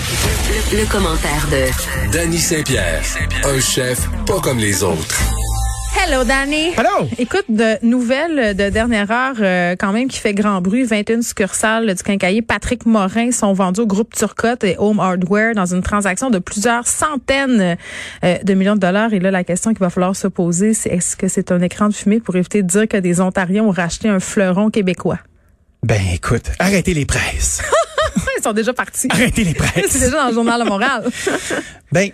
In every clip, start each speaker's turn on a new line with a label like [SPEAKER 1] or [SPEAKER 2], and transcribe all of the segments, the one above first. [SPEAKER 1] Le, le commentaire de
[SPEAKER 2] Danny Saint-Pierre, un chef pas comme les autres.
[SPEAKER 3] Hello, Danny.
[SPEAKER 4] Hello.
[SPEAKER 3] Écoute, de nouvelles de dernière heure, euh, quand même, qui fait grand bruit. 21 succursales du quincailler Patrick Morin sont vendues au groupe Turcotte et Home Hardware dans une transaction de plusieurs centaines euh, de millions de dollars. Et là, la question qu'il va falloir se poser, c'est est-ce que c'est un écran de fumée pour éviter de dire que des Ontariens ont racheté un fleuron québécois?
[SPEAKER 4] Ben écoute, arrêtez les presses.
[SPEAKER 3] Ils sont déjà partis.
[SPEAKER 4] Arrêtez les presses.
[SPEAKER 3] c'est déjà dans le journal de Montréal.
[SPEAKER 4] Ben,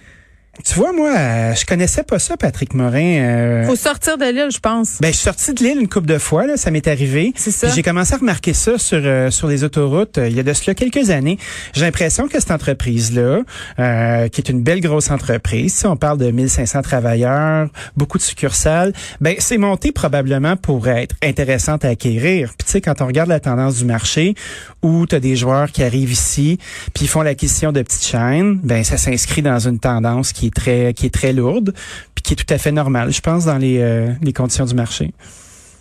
[SPEAKER 4] tu vois, moi, euh, je connaissais pas ça, Patrick Morin. euh,
[SPEAKER 3] Faut sortir de l'île, je pense.
[SPEAKER 4] Ben, je suis sorti de l'île une couple de fois, là, ça m'est arrivé.
[SPEAKER 3] C'est ça.
[SPEAKER 4] Puis J'ai commencé à remarquer ça sur euh, sur les autoroutes euh, il y a de cela quelques années. J'ai l'impression que cette entreprise-là, euh, qui est une belle grosse entreprise, si on parle de 1500 travailleurs, beaucoup de succursales, ben c'est monté probablement pour être intéressante à acquérir. Puis tu sais, quand on regarde la tendance du marché, où tu as des joueurs qui arrivent ici, puis ils font l'acquisition de petites chaînes, ben ça s'inscrit dans une tendance qui est très qui est très lourde, puis qui est tout à fait normale, je pense, dans les, euh, les conditions du marché.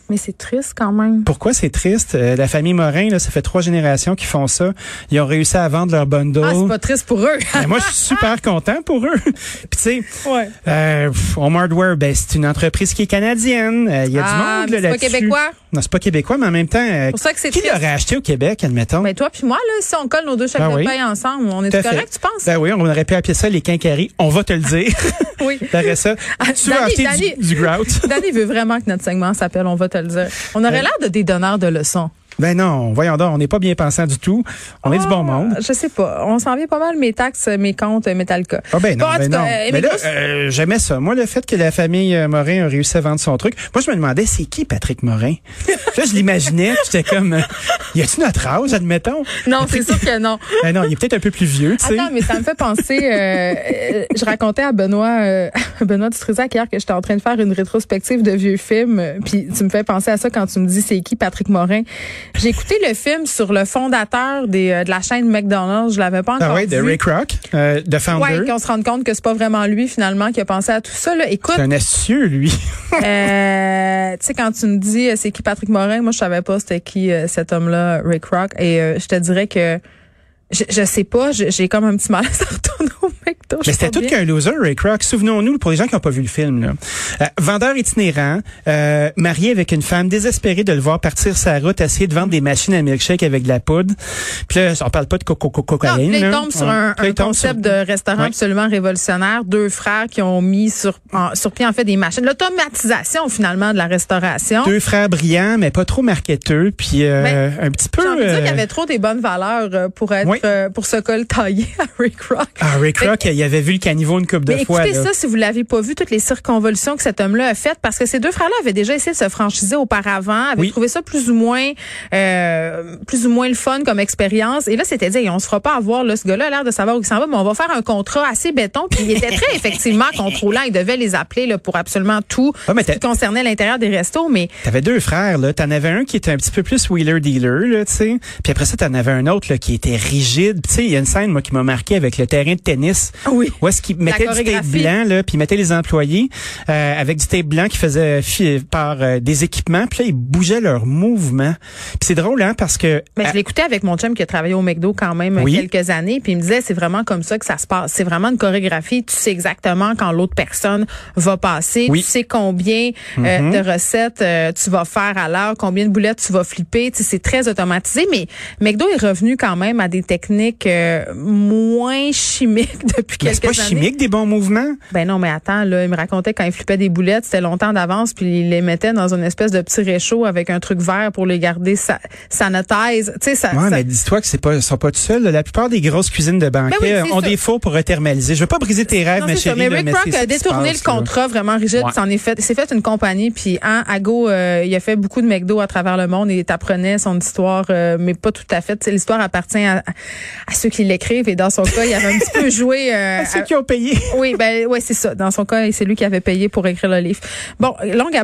[SPEAKER 3] Mais c'est triste quand même.
[SPEAKER 4] Pourquoi c'est triste? Euh, la famille Morin, là, ça fait trois générations qu'ils font ça. Ils ont réussi à vendre leur bundle.
[SPEAKER 3] Ah, c'est pas triste pour eux.
[SPEAKER 4] Mais moi, je suis super content pour eux. Puis tu sais,
[SPEAKER 3] ouais.
[SPEAKER 4] euh, pff, Home Hardware, ben, c'est une entreprise qui est canadienne. Euh, Il y a
[SPEAKER 3] Ah,
[SPEAKER 4] du
[SPEAKER 3] mais c'est
[SPEAKER 4] monde là,
[SPEAKER 3] pas
[SPEAKER 4] là-dessus.
[SPEAKER 3] québécois?
[SPEAKER 4] Non, c'est pas québécois, mais en même temps, euh,
[SPEAKER 3] pour ça que c'est
[SPEAKER 4] qui
[SPEAKER 3] triste.
[SPEAKER 4] l'aurait acheté au Québec, admettons?
[SPEAKER 3] Ben toi puis moi là, si on colle nos deux chèques
[SPEAKER 4] Ben
[SPEAKER 3] de
[SPEAKER 4] oui.
[SPEAKER 3] paye ensemble, on est
[SPEAKER 4] Tout à fait.
[SPEAKER 3] correct, tu penses
[SPEAKER 4] Ben oui, on aurait pu appeler ça les quincaries. On va te le dire.
[SPEAKER 3] Oui.
[SPEAKER 4] T'aurais ça.
[SPEAKER 3] Ah,
[SPEAKER 4] Tu as
[SPEAKER 3] Danny,
[SPEAKER 4] acheté
[SPEAKER 3] Danny.
[SPEAKER 4] du, du grout?
[SPEAKER 3] Danny veut vraiment que notre segment s'appelle On va te le dire. On aurait
[SPEAKER 4] Ouais.
[SPEAKER 3] l'air de des donneurs de leçons.
[SPEAKER 4] Ben non, voyons donc, on n'est pas bien pensant du tout. On est du bon monde.
[SPEAKER 3] Ah, Je sais pas. On s'en vient pas mal mes taxes, mes comptes, mes talcas.
[SPEAKER 4] Ah ben non,
[SPEAKER 3] Bon, en
[SPEAKER 4] ben
[SPEAKER 3] tout cas,
[SPEAKER 4] non.
[SPEAKER 3] euh,
[SPEAKER 4] mais
[SPEAKER 3] mes
[SPEAKER 4] là,
[SPEAKER 3] grosses-
[SPEAKER 4] euh, j'aimais ça. Moi, le fait que la famille euh, Morin a réussi à vendre son truc, moi, je me demandais, c'est qui Patrick Morin? là, je l'imaginais, puis j'étais comme, euh, y a-tu notre âge, admettons?
[SPEAKER 3] Non, c'est sûr que non.
[SPEAKER 4] Ben non, il est peut-être un peu plus vieux, tu sais.
[SPEAKER 3] Attends, mais ça me fait penser. euh, euh, je racontais à Benoît, euh, Benoît Dutrisac hier que j'étais en train de faire une rétrospective de vieux films. euh, Puis tu me fais penser à ça quand tu me dis c'est qui Patrick Morin. J'ai écouté le film sur le fondateur des, euh, de la chaîne McDonald's. Je l'avais pas encore
[SPEAKER 4] Ah ouais,
[SPEAKER 3] dit.
[SPEAKER 4] de Rick Rock, euh, de Founder.
[SPEAKER 3] Ouais, qu'on se rende compte que c'est pas vraiment lui finalement qui a pensé à tout ça. Là. Écoute,
[SPEAKER 4] c'est un astucieux, lui.
[SPEAKER 3] euh, tu sais quand tu me dis euh, c'est qui Patrick Morin, moi je savais pas c'était qui euh, cet homme-là, Rick Rock, et euh, je te dirais que je, je sais pas, je- j'ai comme un petit malaise à retourner au McDo. je
[SPEAKER 4] Mais
[SPEAKER 3] suis
[SPEAKER 4] c'était
[SPEAKER 3] pas
[SPEAKER 4] tout
[SPEAKER 3] bien.
[SPEAKER 4] qu'un loser, Ray Kroc. Souvenons-nous, pour les gens qui n'ont pas vu le film, là. Euh, vendeur itinérant, euh, marié avec une femme, désespéré de le voir partir sa route, essayer de vendre des machines à milkshake avec de la poudre. Puis là, on parle pas de coco coco
[SPEAKER 3] Non, puis
[SPEAKER 4] cocaïne.
[SPEAKER 3] là, il
[SPEAKER 4] là.
[SPEAKER 3] tombe sur
[SPEAKER 4] Ouais.
[SPEAKER 3] un,
[SPEAKER 4] Puis là,
[SPEAKER 3] un
[SPEAKER 4] il tombe sur-
[SPEAKER 3] concept de restaurant
[SPEAKER 4] Ouais.
[SPEAKER 3] absolument révolutionnaire. Deux frères qui ont mis sur, en- sur pied, en fait, des machines. L'automatisation, finalement, de la restauration.
[SPEAKER 4] Deux frères brillants, mais pas trop marketeux, puis euh,
[SPEAKER 3] Ben,
[SPEAKER 4] un petit peu.
[SPEAKER 3] J'ai envie de dire qu'il y
[SPEAKER 4] euh,
[SPEAKER 3] avait trop des bonnes valeurs euh, pour être
[SPEAKER 4] Oui.
[SPEAKER 3] euh, pour ce col taillé à Rick Rock.
[SPEAKER 4] Ah, Ray Kroc, il avait vu le caniveau une couple de
[SPEAKER 3] Ben, Mais
[SPEAKER 4] fois.
[SPEAKER 3] écoutez
[SPEAKER 4] là.
[SPEAKER 3] ça, si vous l'avez pas vu, toutes les circonvolutions que cet homme-là a faites, parce que ces deux frères-là avaient déjà essayé de se franchiser auparavant, avaient
[SPEAKER 4] Oui.
[SPEAKER 3] trouvé ça plus ou moins, euh, plus ou moins le fun comme expérience. Et là, c'était dit, on se fera pas avoir, là, ce gars-là a l'air de savoir où il s'en va, mais on va faire un contrat assez béton. Puis il était très effectivement contrôlant. Il devait les appeler là, pour absolument tout
[SPEAKER 4] Ah, mais
[SPEAKER 3] ce qui
[SPEAKER 4] t'as-
[SPEAKER 3] concernait l'intérieur des restos. Mais
[SPEAKER 4] T'avais deux frères, là. T'en avais un qui était un petit peu plus wheeler-dealer, là, tu sais. Puis après ça, t'en avais un autre, là, qui était rigide. Puis Tu sais, il y a une scène, moi, qui m'a marqué avec le terrain de tennis.
[SPEAKER 3] Ah Oui.
[SPEAKER 4] Où est-ce qu'il mettait du tape
[SPEAKER 3] chorégraphie.
[SPEAKER 4] blanc, là, puis il mettait les employés euh, avec du tape blanc qui faisait fi- par euh, des équipements. Puis là, ils bougeaient leurs mouvements. Puis c'est drôle, hein, parce que...
[SPEAKER 3] Mais je l'écoutais avec mon chum qui a travaillé au McDo quand même
[SPEAKER 4] Oui.
[SPEAKER 3] quelques années, puis il me disait c'est vraiment comme ça que ça se passe. C'est vraiment une chorégraphie. Tu sais exactement quand l'autre personne va passer.
[SPEAKER 4] Oui. Mhm.
[SPEAKER 3] Tu sais combien euh, de recettes euh, tu vas faire à l'heure, combien de boulettes tu vas flipper. Tu sais, c'est très automatisé, mais McDo est revenu quand même à des techniques euh, moins chimiques depuis
[SPEAKER 4] mais ben, c'est
[SPEAKER 3] quelques
[SPEAKER 4] pas
[SPEAKER 3] années.
[SPEAKER 4] chimique, des bons mouvements?
[SPEAKER 3] Ben non, mais attends, là, il me racontait quand il flippait des boulettes, c'était longtemps d'avance, puis il les mettait dans une espèce de petit réchaud avec un truc vert pour les garder sa sanitize. Tu sais, Ah, ça,
[SPEAKER 4] Ouais,
[SPEAKER 3] ça-
[SPEAKER 4] mais dis-toi que c'est pas, ils sont pas tout seuls. là. La plupart des grosses cuisines de banquet
[SPEAKER 3] Ben oui,
[SPEAKER 4] euh,
[SPEAKER 3] c'est
[SPEAKER 4] ont
[SPEAKER 3] ça.
[SPEAKER 4] des fours pour rethermaliser. Je veux pas briser tes rêves,
[SPEAKER 3] Non,
[SPEAKER 4] ma
[SPEAKER 3] c'est ça.
[SPEAKER 4] chérie.
[SPEAKER 3] Mais
[SPEAKER 4] là,
[SPEAKER 3] Rick
[SPEAKER 4] Eh, mais c'est
[SPEAKER 3] Rock
[SPEAKER 4] ça
[SPEAKER 3] a
[SPEAKER 4] qui se
[SPEAKER 3] détourné
[SPEAKER 4] passe,
[SPEAKER 3] le contrat vraiment rigide.
[SPEAKER 4] Ouais.
[SPEAKER 3] S'en est fait, s'est fait une compagnie. Puis, hein, Ago, euh, il a fait beaucoup de McDo à travers le monde et t'apprenais son histoire, euh, mais pas tout à fait. Tu sais, L'histoire appartient à, à ceux qui l'écrivent. Et dans son cas, il avait un petit peu joué euh, euh,
[SPEAKER 4] À ceux qui ont payé.
[SPEAKER 3] oui, ben ouais, c'est ça. Dans son cas, c'est lui qui avait payé pour écrire le livre. Bon, longue à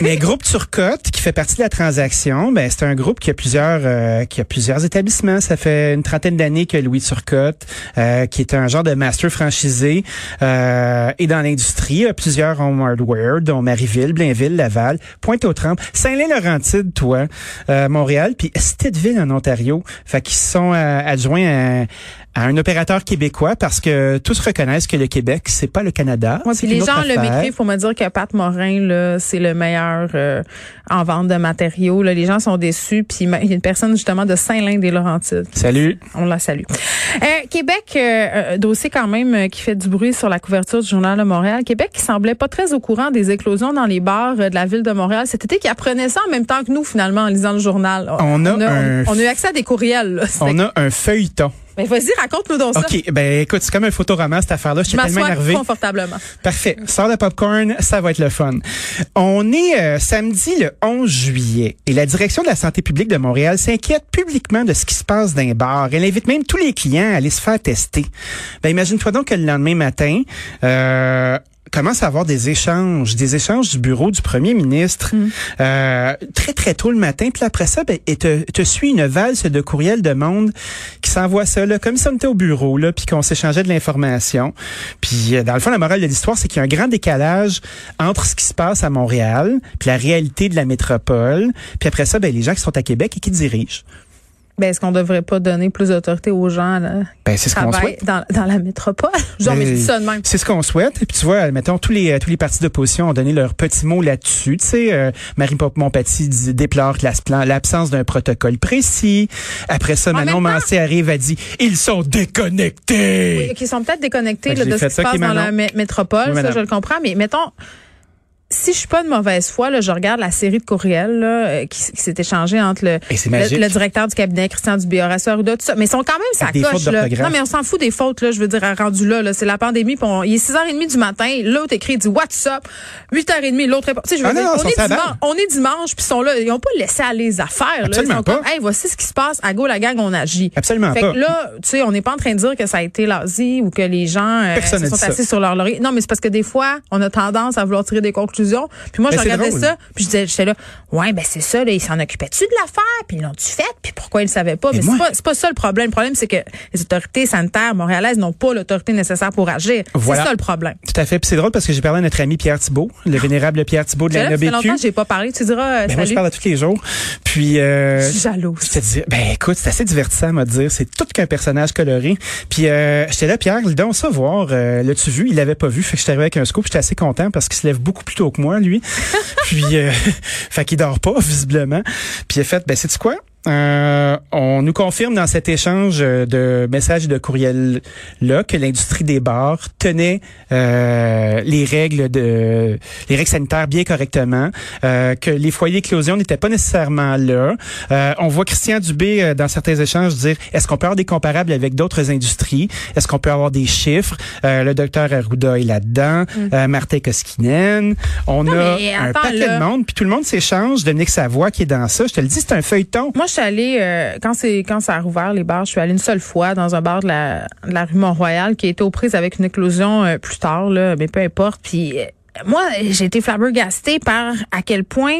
[SPEAKER 4] Mais Groupe Turcotte, qui fait partie de la transaction, ben c'est un groupe qui a plusieurs euh, qui a plusieurs établissements. Ça fait une trentaine d'années que Louis Turcotte, euh, qui est un genre de master franchisé, euh, est dans l'industrie. a plusieurs home hardware, dont Marieville, Blainville, Laval, Pointe-aux-Trembles, Saint-Lin-Laurentide, toi, euh, Montréal, puis Stedville en Ontario. Fait qu'ils sont euh, adjoints à, à un opérateur québécois parce que tous reconnaissent que le Québec, c'est pas le Canada.
[SPEAKER 3] Moi,
[SPEAKER 4] c'est
[SPEAKER 3] puis les
[SPEAKER 4] une autre
[SPEAKER 3] gens le
[SPEAKER 4] affaire.
[SPEAKER 3] m'écrivent pour me dire que Pat Morin, là, c'est le meilleur euh, en vente de matériaux. Là, les gens sont déçus. Puis ma- il y a une personne justement de Saint-Lin des Laurentides.
[SPEAKER 4] Salut.
[SPEAKER 3] On la salue. Euh, Québec, euh, euh, dossier quand même euh, qui fait du bruit sur la couverture du journal de Montréal. Québec qui semblait pas très au courant des éclosions dans les bars euh, de la ville de Montréal cet été, qui apprenait ça en même temps que nous finalement en lisant le journal.
[SPEAKER 4] On a un-
[SPEAKER 3] on a eu accès à des courriels. Là. C'était-
[SPEAKER 4] On a un feuilleton.
[SPEAKER 3] Mais vas-y, raconte-nous donc ça.
[SPEAKER 4] OK, ben écoute, c'est comme un photoroman cette affaire-là, je
[SPEAKER 3] Je
[SPEAKER 4] suis tellement
[SPEAKER 3] m'assois
[SPEAKER 4] énervé.
[SPEAKER 3] confortablement.
[SPEAKER 4] Parfait. Sors le popcorn, ça va être le fun. On est euh, samedi le 11 juillet et la direction de la santé publique de Montréal s'inquiète publiquement de ce qui se passe dans les bars. Elle invite même tous les clients à aller se faire tester. Ben imagine-toi donc que le lendemain matin, euh, commence à avoir des échanges, des échanges du bureau du premier ministre euh, très très tôt le matin. Puis après ça, ben, et te, te suit une valse de courriel de monde qui s'envoie ça là, comme si on était au bureau là, puis qu'on s'échangeait de l'information. Puis euh, dans le fond, la morale de l'histoire, c'est qu'il y a un grand décalage entre ce qui se passe à Montréal, puis la réalité de la métropole. Puis après ça, ben, les gens qui sont à Québec et qui dirigent.
[SPEAKER 3] Ben, est-ce qu'on devrait pas donner plus d'autorité aux gens là,
[SPEAKER 4] Ben c'est ce qu'on souhaite.
[SPEAKER 3] travaillent dans, dans la métropole? Genre, mais je dis ça de même.
[SPEAKER 4] C'est ce qu'on souhaite. Et puis tu vois, mettons, tous les euh, tous les partis d'opposition ont donné leur petit mot là-dessus. Tu sais, euh, Marie Pop- Montpetit dit- déplore que la- plan- l'absence d'un protocole précis. Après ça, Manon
[SPEAKER 3] même temps-
[SPEAKER 4] Mancé arrive a dit ils sont
[SPEAKER 3] Oui,
[SPEAKER 4] déconnectés.
[SPEAKER 3] qui sont peut-être déconnectés
[SPEAKER 4] Fait que
[SPEAKER 3] là,
[SPEAKER 4] j'ai
[SPEAKER 3] de ce
[SPEAKER 4] fait
[SPEAKER 3] qui se
[SPEAKER 4] ça,
[SPEAKER 3] passe
[SPEAKER 4] Kim
[SPEAKER 3] dans la
[SPEAKER 4] Manon.
[SPEAKER 3] mé- métropole,
[SPEAKER 4] Oui,
[SPEAKER 3] ça
[SPEAKER 4] madame.
[SPEAKER 3] je le comprends, mais mettons, si je suis pas de mauvaise foi, là, je regarde la série de courriels là, euh, qui, s- qui s'est échangée entre le,
[SPEAKER 4] Et c'est
[SPEAKER 3] le,
[SPEAKER 4] magique.
[SPEAKER 3] le directeur du cabinet, Christian Dubé, Horacio Arruda, tout ça, mais ils sont quand même ça
[SPEAKER 4] Avec des
[SPEAKER 3] coche.
[SPEAKER 4] fautes
[SPEAKER 3] Là.
[SPEAKER 4] d'orthographe.
[SPEAKER 3] Non, mais on s'en fout des fautes, là, je veux dire, rendu là, là c'est la pandémie, puis on- il est 6h30 du matin, l'autre écrit, il dit What's up? 8h30, l'autre répond. Tu sais, je veux
[SPEAKER 4] Ah non,
[SPEAKER 3] dire,
[SPEAKER 4] non, ils
[SPEAKER 3] on,
[SPEAKER 4] sont
[SPEAKER 3] est
[SPEAKER 4] à la
[SPEAKER 3] dimanche, on est dimanche, puis ils sont là, ils ont pas laissé aller les affaires. Là. Ils
[SPEAKER 4] Absolument
[SPEAKER 3] sont
[SPEAKER 4] pas.
[SPEAKER 3] comme, hey, voici ce qui se passe, à go la gang, on agit.
[SPEAKER 4] Absolument
[SPEAKER 3] Fait
[SPEAKER 4] pas.
[SPEAKER 3] que là, tu sais, on n'est pas en train de dire que ça a été l'Asie ou que les gens euh,
[SPEAKER 4] Personne
[SPEAKER 3] se
[SPEAKER 4] n'a dit
[SPEAKER 3] sont
[SPEAKER 4] ça.
[SPEAKER 3] assis sur leur laurier. Non, mais c'est parce que des fois, on a tendance à vouloir tirer des conclusions. Puis moi,
[SPEAKER 4] Mais
[SPEAKER 3] je
[SPEAKER 4] Ben, c'est
[SPEAKER 3] regardais
[SPEAKER 4] drôle.
[SPEAKER 3] ça, puis je disais, j'étais là, ouais, ben c'est ça, là, ils s'en occupaient-tu de l'affaire, puis ils l'ont-tu faite, puis pourquoi ils le savaient pas. Mais,
[SPEAKER 4] Mais
[SPEAKER 3] c'est
[SPEAKER 4] moi-
[SPEAKER 3] pas, c'est pas ça le problème. Le problème, c'est que les autorités sanitaires montréalaises n'ont pas l'autorité nécessaire pour agir.
[SPEAKER 4] Voilà.
[SPEAKER 3] C'est ça le problème.
[SPEAKER 4] Tout à fait. Puis c'est drôle parce que j'ai parlé à notre ami Pierre Thibault, le vénérable Pierre Thibault de
[SPEAKER 3] Là,
[SPEAKER 4] la
[SPEAKER 3] Ah. ça fait longtemps
[SPEAKER 4] NBQ.
[SPEAKER 3] que j'ai pas parlé. Tu diras, euh,
[SPEAKER 4] Ben, moi, je
[SPEAKER 3] salut.
[SPEAKER 4] parle à tous les jours. Puis euh,
[SPEAKER 3] Je suis jalouse.
[SPEAKER 4] Je te dis, ben écoute, c'est assez divertissant, à dire. C'est tout qu'un personnage coloré. Puis euh, j'étais là, Pierre, donc ça voir, euh, l'as-tu vu? Il l'avait pas vu. Fait que j'étais arrivé avec un scoop, j'étais assez content parce qu'il se lève beaucoup plus tôt que moi, lui. Puis euh, fait qu'il dort pas, visiblement. Puis il a fait, ben c'est quoi? Euh, on nous confirme dans cet échange euh, de messages et de courriels là que l'industrie des bars tenait euh, les règles de les règles sanitaires bien correctement, euh, que les foyers d'éclosion n'étaient pas nécessairement là. Euh, on voit Christian Dubé euh, dans certains échanges dire est-ce qu'on peut avoir des comparables avec d'autres industries Est-ce qu'on peut avoir des chiffres Euh, Le docteur Arruda est là-dedans, euh, Martin Koskinen. On a
[SPEAKER 3] Mm. mais
[SPEAKER 4] un
[SPEAKER 3] attends,
[SPEAKER 4] paquet
[SPEAKER 3] là.
[SPEAKER 4] de monde, puis tout le monde s'échange. Dominique Savoie qui est dans ça, je te le dis, c'est un feuilleton.
[SPEAKER 3] Moi, je suis allée, euh, quand, c'est, quand ça a rouvert les bars, je suis allée une seule fois dans un bar de la, de la rue Mont-Royal qui a été aux prises avec une éclosion euh, plus tard, là, mais peu importe. Puis euh, moi, j'ai été flabbergastée par à quel point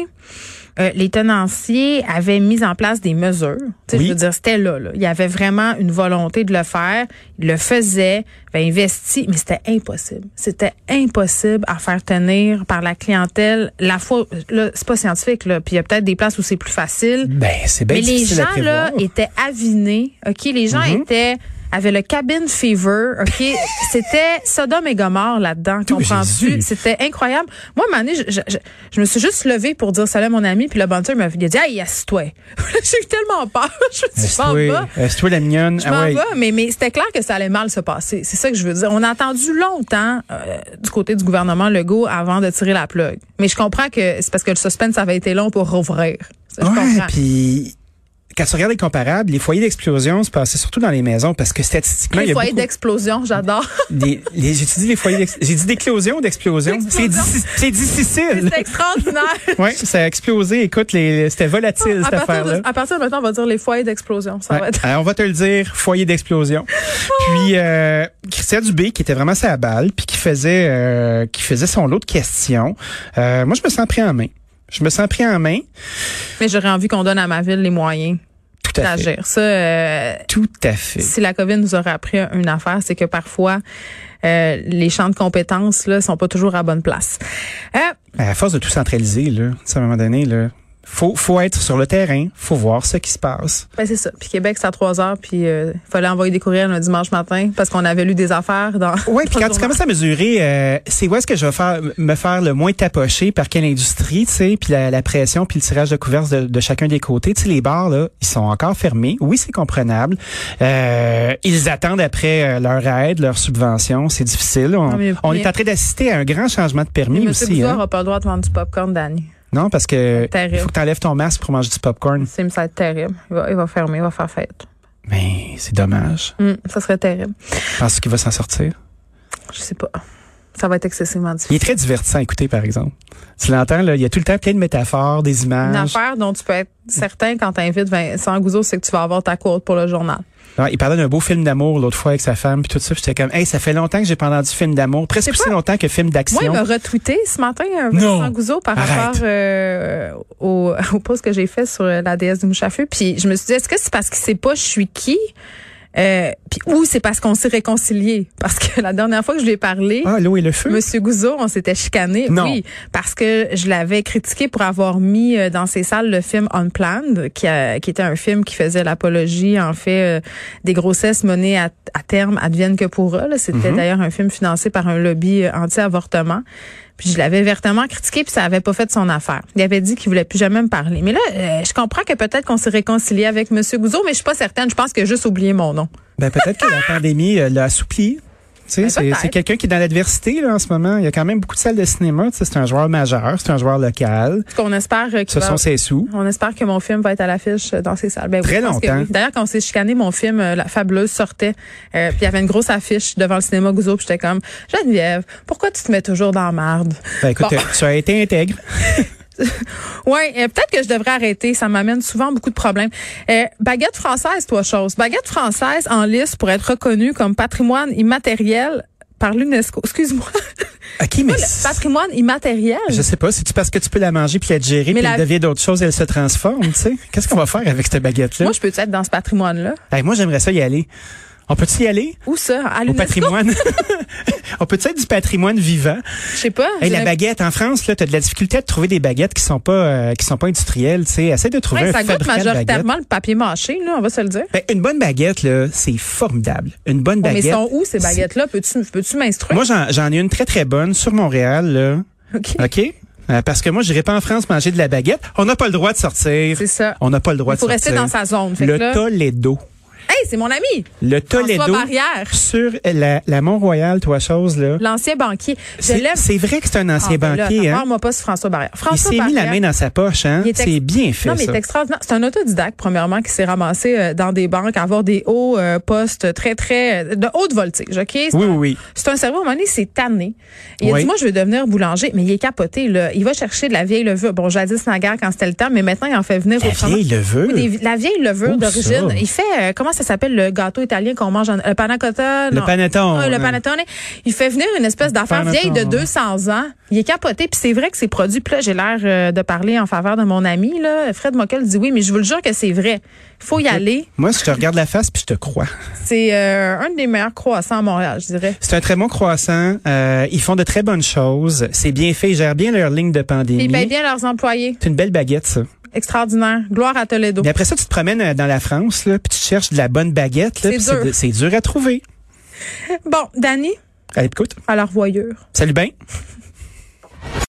[SPEAKER 3] euh, les tenanciers avaient mis en place des mesures. Tu sais,
[SPEAKER 4] Oui.
[SPEAKER 3] Je veux dire, c'était là, là. Il y avait vraiment une volonté de le faire. Ils le faisaient, avaient investi, mais c'était impossible. C'était impossible à faire tenir par la clientèle. La fois, là, c'est pas scientifique, là. Puis il y a peut-être des places où c'est plus facile.
[SPEAKER 4] Ben c'est bien
[SPEAKER 3] Mais les
[SPEAKER 4] difficile à
[SPEAKER 3] gens
[SPEAKER 4] prévoir. Ben, Mhm.
[SPEAKER 3] là étaient avinés, ok. Les gens étaient avaient le cabin fever, ok. C'était Sodome et Gomorre là-dedans, comprends-tu
[SPEAKER 4] Jésus.
[SPEAKER 3] C'était incroyable. Moi, à un moment donné, je, je, je- je me suis juste levée pour dire salut à mon ami, puis le banteur m'a il a dit hey, assis-toi. J'ai eu tellement peur, je me suis dit,
[SPEAKER 4] Est-ce
[SPEAKER 3] m'en
[SPEAKER 4] toi-
[SPEAKER 3] va.
[SPEAKER 4] est-ce toi la mignonne? Ah
[SPEAKER 3] Je m'en vais, mais, mais c'était clair que ça allait mal se passer. C'est ça que je veux dire. On a attendu longtemps euh, du côté du gouvernement Legault avant de tirer la plug. Mais je comprends que c'est parce que le suspense avait été long pour rouvrir. Ça, je
[SPEAKER 4] Ouais,
[SPEAKER 3] comprends.
[SPEAKER 4] puis quand tu regardes les comparables, les foyers d'explosion se passaient surtout dans les maisons parce que statistiquement, il y
[SPEAKER 3] Les
[SPEAKER 4] a
[SPEAKER 3] foyers
[SPEAKER 4] beaucoup...
[SPEAKER 3] d'explosion, j'adore.
[SPEAKER 4] des- les- J'ai dit les foyers d'ex- j'ai dit d'éclosion, d'explosion. C'est
[SPEAKER 3] D'explosion.
[SPEAKER 4] diffi- c'est difficile.
[SPEAKER 3] C'est extraordinaire.
[SPEAKER 4] Oui, ça a explosé. Écoute, les, les- c'était volatile,
[SPEAKER 3] à,
[SPEAKER 4] cette
[SPEAKER 3] partir
[SPEAKER 4] affaire-là.
[SPEAKER 3] de, à partir de maintenant, on va dire les foyers d'explosion. Ça
[SPEAKER 4] Ouais.
[SPEAKER 3] va être. Oh.
[SPEAKER 4] Alors, on va te le dire, foyer d'explosion. Puis euh, Christian Dubé, qui était vraiment sa balle, puis qui faisait, euh, qui faisait son lot de questions. Euh, moi, je me sens pris en main. Je me sens pris en main.
[SPEAKER 3] Mais j'aurais envie qu'on donne à ma ville les moyens
[SPEAKER 4] Tout à fait.
[SPEAKER 3] d'agir. Ça, euh,
[SPEAKER 4] Tout à fait.
[SPEAKER 3] si la COVID nous aurait appris une affaire, c'est que parfois, euh, les champs de compétences là sont pas toujours à bonne place. Euh,
[SPEAKER 4] Ben, À force de tout centraliser, là, tu sais, à un moment donné, là, faut, faut être sur le terrain, faut voir ce qui se passe.
[SPEAKER 3] Ben c'est ça. Puis Québec, c'est à 3 heures. Puis il fallait envoyer des courriels le dimanche matin parce qu'on avait lu des affaires dans.
[SPEAKER 4] Oui, puis
[SPEAKER 3] dans le
[SPEAKER 4] quand tu
[SPEAKER 3] journal.
[SPEAKER 4] commences à mesurer, euh, c'est où est-ce que je vais faire me faire le moins tapocher par quelle industrie, tu sais, puis la, la pression, puis le tirage de couverts de, de chacun des côtés. Tu sais, les bars là, ils sont encore fermés. Oui, c'est comprenable. Euh, ils attendent après euh, leur aide, leur subvention. C'est difficile. On,
[SPEAKER 3] Non, mais-
[SPEAKER 4] on est en train d'assister à un grand changement de
[SPEAKER 3] Mais
[SPEAKER 4] permis
[SPEAKER 3] M.
[SPEAKER 4] aussi.
[SPEAKER 3] Bouchard
[SPEAKER 4] hein.
[SPEAKER 3] n'a pas le droit de vendre du popcorn, Danny.
[SPEAKER 4] Non, parce que
[SPEAKER 3] Terrible.
[SPEAKER 4] il faut que t'enlèves ton masque pour manger du popcorn.
[SPEAKER 3] C'est me semble terrible. Il va, il va fermer, il va faire fête.
[SPEAKER 4] Mais c'est dommage.
[SPEAKER 3] Hum, ça serait terrible.
[SPEAKER 4] Penses-tu qu'il va s'en sortir?
[SPEAKER 3] Je sais pas. Ça va être excessivement
[SPEAKER 4] Il
[SPEAKER 3] difficile.
[SPEAKER 4] est très divertissant à écouter, par exemple. Tu l'entends, là, il y a tout le temps plein de métaphores, des
[SPEAKER 3] Une
[SPEAKER 4] images.
[SPEAKER 3] affaire dont tu peux être certain quand tu invites Vincent Gouzeau, c'est que tu vas avoir ta courte pour le journal.
[SPEAKER 4] Ouais, il parlait d'un beau film d'amour l'autre fois avec sa femme, puis tout ça, puis j'étais comme, hey, ça fait longtemps que j'ai pas entendu film d'amour, presque aussi longtemps que film
[SPEAKER 3] Moi, il
[SPEAKER 4] d'action.
[SPEAKER 3] m'a retweeté ce matin un
[SPEAKER 4] Non.
[SPEAKER 3] Vincent Gouzeau par
[SPEAKER 4] Arrête.
[SPEAKER 3] rapport euh, au, au post que j'ai fait sur euh, la déesse du mouchafeu. Puis je me suis dit, est-ce que c'est parce qu'il sait pas je suis qui? Euh, puis ou c'est parce qu'on s'est réconcilié parce que la dernière fois que je lui ai parlé
[SPEAKER 4] Ah, l'eau et le feu.
[SPEAKER 3] Monsieur Gouzeau, on s'était chicané,
[SPEAKER 4] Non.
[SPEAKER 3] oui, parce que je l'avais critiqué pour avoir mis euh, dans ses salles le film Unplanned, qui, a- qui était un film qui faisait l'apologie, en fait, euh, des grossesses menées à, à terme adviennent que pour eux.
[SPEAKER 4] Mm-hmm.
[SPEAKER 3] C'était d'ailleurs un film financé par un lobby euh, anti-avortement. Puis je l'avais vertement critiqué, puis ça avait pas fait son affaire. Il avait dit qu'il voulait plus jamais me parler. Mais là, euh, je comprends que peut-être qu'on s'est réconcilié avec Monsieur Gouzeau, mais je suis pas certaine. Je pense qu'il a juste oublié mon nom.
[SPEAKER 4] Ben, peut-être que la pandémie euh, l'a assoupli. Tu sais,
[SPEAKER 3] Ben,
[SPEAKER 4] c'est
[SPEAKER 3] peut-être.
[SPEAKER 4] c'est quelqu'un qui est dans l'adversité là, en ce moment. Il y a quand même beaucoup de salles de cinéma. tu sais, C'est un joueur majeur, c'est un joueur local.
[SPEAKER 3] Ce qu'on espère euh, qu'il
[SPEAKER 4] Ce
[SPEAKER 3] va-
[SPEAKER 4] sont ses sous.
[SPEAKER 3] On espère que mon film va être à l'affiche euh, dans ces salles. Ben, oui,
[SPEAKER 4] Très
[SPEAKER 3] je pense que
[SPEAKER 4] longtemps.
[SPEAKER 3] oui. D'ailleurs, quand on s'est chicané, mon film euh, La Fabuleuse sortait, euh, puis il y avait une grosse affiche devant le cinéma Gouzeau, puis j'étais comme Geneviève, pourquoi tu te mets toujours dans la marde
[SPEAKER 4] Ben, écoute,
[SPEAKER 3] Bon.
[SPEAKER 4] euh, tu as été intègre.
[SPEAKER 3] Ouais, euh, peut-être que je devrais arrêter, ça m'amène souvent beaucoup de problèmes. Euh, baguette française, toi chose. Baguette française en liste pour être reconnue comme patrimoine immatériel par l'UNESCO. Excuse-moi,
[SPEAKER 4] À qui mais
[SPEAKER 3] le patrimoine immatériel.
[SPEAKER 4] je sais pas, c'est-tu parce que tu peux la manger puis la digérer
[SPEAKER 3] Mais
[SPEAKER 4] puis
[SPEAKER 3] la-
[SPEAKER 4] elle devient d'autres choses, elle se transforme, tu sais? Qu'est-ce qu'on va faire avec cette baguette-là?
[SPEAKER 3] Moi, je peux être dans ce patrimoine-là.
[SPEAKER 4] Ben, moi, j'aimerais ça y aller. On peut-tu y aller?
[SPEAKER 3] Où ça À
[SPEAKER 4] Au
[SPEAKER 3] l'UNESCO
[SPEAKER 4] patrimoine? On peut-tu être du patrimoine vivant?
[SPEAKER 3] Je sais pas. J'ai
[SPEAKER 4] Hey, la baguette en France là, t'as de la difficulté à trouver des baguettes qui sont pas euh, qui sont pas industrielles, tu sais, essaie de trouver
[SPEAKER 3] Ouais,
[SPEAKER 4] un
[SPEAKER 3] ça goûte
[SPEAKER 4] fabricant de baguettes.
[SPEAKER 3] majoritairement le papier mâché, là, on va se le dire.
[SPEAKER 4] Ben, une bonne baguette là, c'est formidable. Une bonne
[SPEAKER 3] Bon, mais
[SPEAKER 4] baguette.
[SPEAKER 3] sont où ces baguettes-là? Peux-tu peux-tu m'instruire?
[SPEAKER 4] Moi j'en j'en ai une très très bonne sur Montréal là.
[SPEAKER 3] OK.
[SPEAKER 4] OK Euh, parce que moi j'irai pas en France manger de la baguette, on n'a pas le droit de sortir.
[SPEAKER 3] C'est ça.
[SPEAKER 4] On n'a pas le droit
[SPEAKER 3] Il
[SPEAKER 4] de
[SPEAKER 3] faut
[SPEAKER 4] sortir.
[SPEAKER 3] rester dans sa zone. Fait que
[SPEAKER 4] Le
[SPEAKER 3] là-
[SPEAKER 4] Toledo.
[SPEAKER 3] Hey, c'est mon ami!
[SPEAKER 4] Le
[SPEAKER 3] François
[SPEAKER 4] Toledo
[SPEAKER 3] Barrière,
[SPEAKER 4] sur la, la Mont-Royal, toi chose là.
[SPEAKER 3] l'ancien banquier. Je
[SPEAKER 4] C'est
[SPEAKER 3] l'aime.
[SPEAKER 4] c'est vrai que c'est un ancien
[SPEAKER 3] Ah, ben là,
[SPEAKER 4] banquier hein.
[SPEAKER 3] parle-moi pas sur François Barrière.
[SPEAKER 4] Il
[SPEAKER 3] François
[SPEAKER 4] s'est mis la
[SPEAKER 3] Barrière,
[SPEAKER 4] main dans sa poche, hein?
[SPEAKER 3] il est ex-
[SPEAKER 4] C'est bien fait,
[SPEAKER 3] Non, mais il
[SPEAKER 4] ça.
[SPEAKER 3] est extraordinaire. C'est un autodidacte, premièrement, qui s'est ramassé euh, dans des banques, à avoir des hauts euh, postes très, très, euh, de haute voltige, OK? C'est
[SPEAKER 4] Oui,
[SPEAKER 3] un-
[SPEAKER 4] oui, oui.
[SPEAKER 3] C'est un cerveau, à un moment donné, c'est tanné. Il a
[SPEAKER 4] Oui.
[SPEAKER 3] dit, moi, je veux devenir boulanger, mais il est capoté, là. Il va chercher de la vieille levure. Bon, jadis, naguère, quand c'était le temps, mais maintenant, il en fait venir
[SPEAKER 4] La
[SPEAKER 3] autrement.
[SPEAKER 4] vieille levure.
[SPEAKER 3] Oui, des- la vieille levure
[SPEAKER 4] Où
[SPEAKER 3] d'origine.
[SPEAKER 4] Hmm. ça?
[SPEAKER 3] Il fait, euh, comment ça s'appelle le gâteau italien qu'on mange en, euh, le panacotta?
[SPEAKER 4] Le hein. panettone.
[SPEAKER 3] Ouais, Ah, le panettone. Il fait venir une espèce d'affaire vieille
[SPEAKER 4] Panettone.
[SPEAKER 3] de 200 ans. Il est capoté. Puis c'est vrai que ces produits, puis là, j'ai l'air euh, de parler en faveur de mon ami, là. Fred Mockel dit oui, mais je vous le jure que c'est vrai. Faut y aller.
[SPEAKER 4] Moi, si je te regarde la face, puis je te crois.
[SPEAKER 3] C'est euh, un des meilleurs croissants à Montréal, je dirais.
[SPEAKER 4] C'est un très bon croissant. euh, ils font de très bonnes choses. C'est bien fait. Ils gèrent bien leur ligne de
[SPEAKER 3] Puis
[SPEAKER 4] pandémie.
[SPEAKER 3] Ils payent Eh ben, bien leurs employés.
[SPEAKER 4] C'est une belle baguette, ça.
[SPEAKER 3] Extraordinaire. Gloire à Toledo.
[SPEAKER 4] Mais après ça, tu te promènes euh, dans la France, là, puis tu cherches de la bonne baguette. là,
[SPEAKER 3] C'est
[SPEAKER 4] puis
[SPEAKER 3] dur.
[SPEAKER 4] de- C'est dur à trouver.
[SPEAKER 3] Bon, Dani,
[SPEAKER 4] Allez, écoute.
[SPEAKER 3] à leur voyure.
[SPEAKER 4] Salut, ben.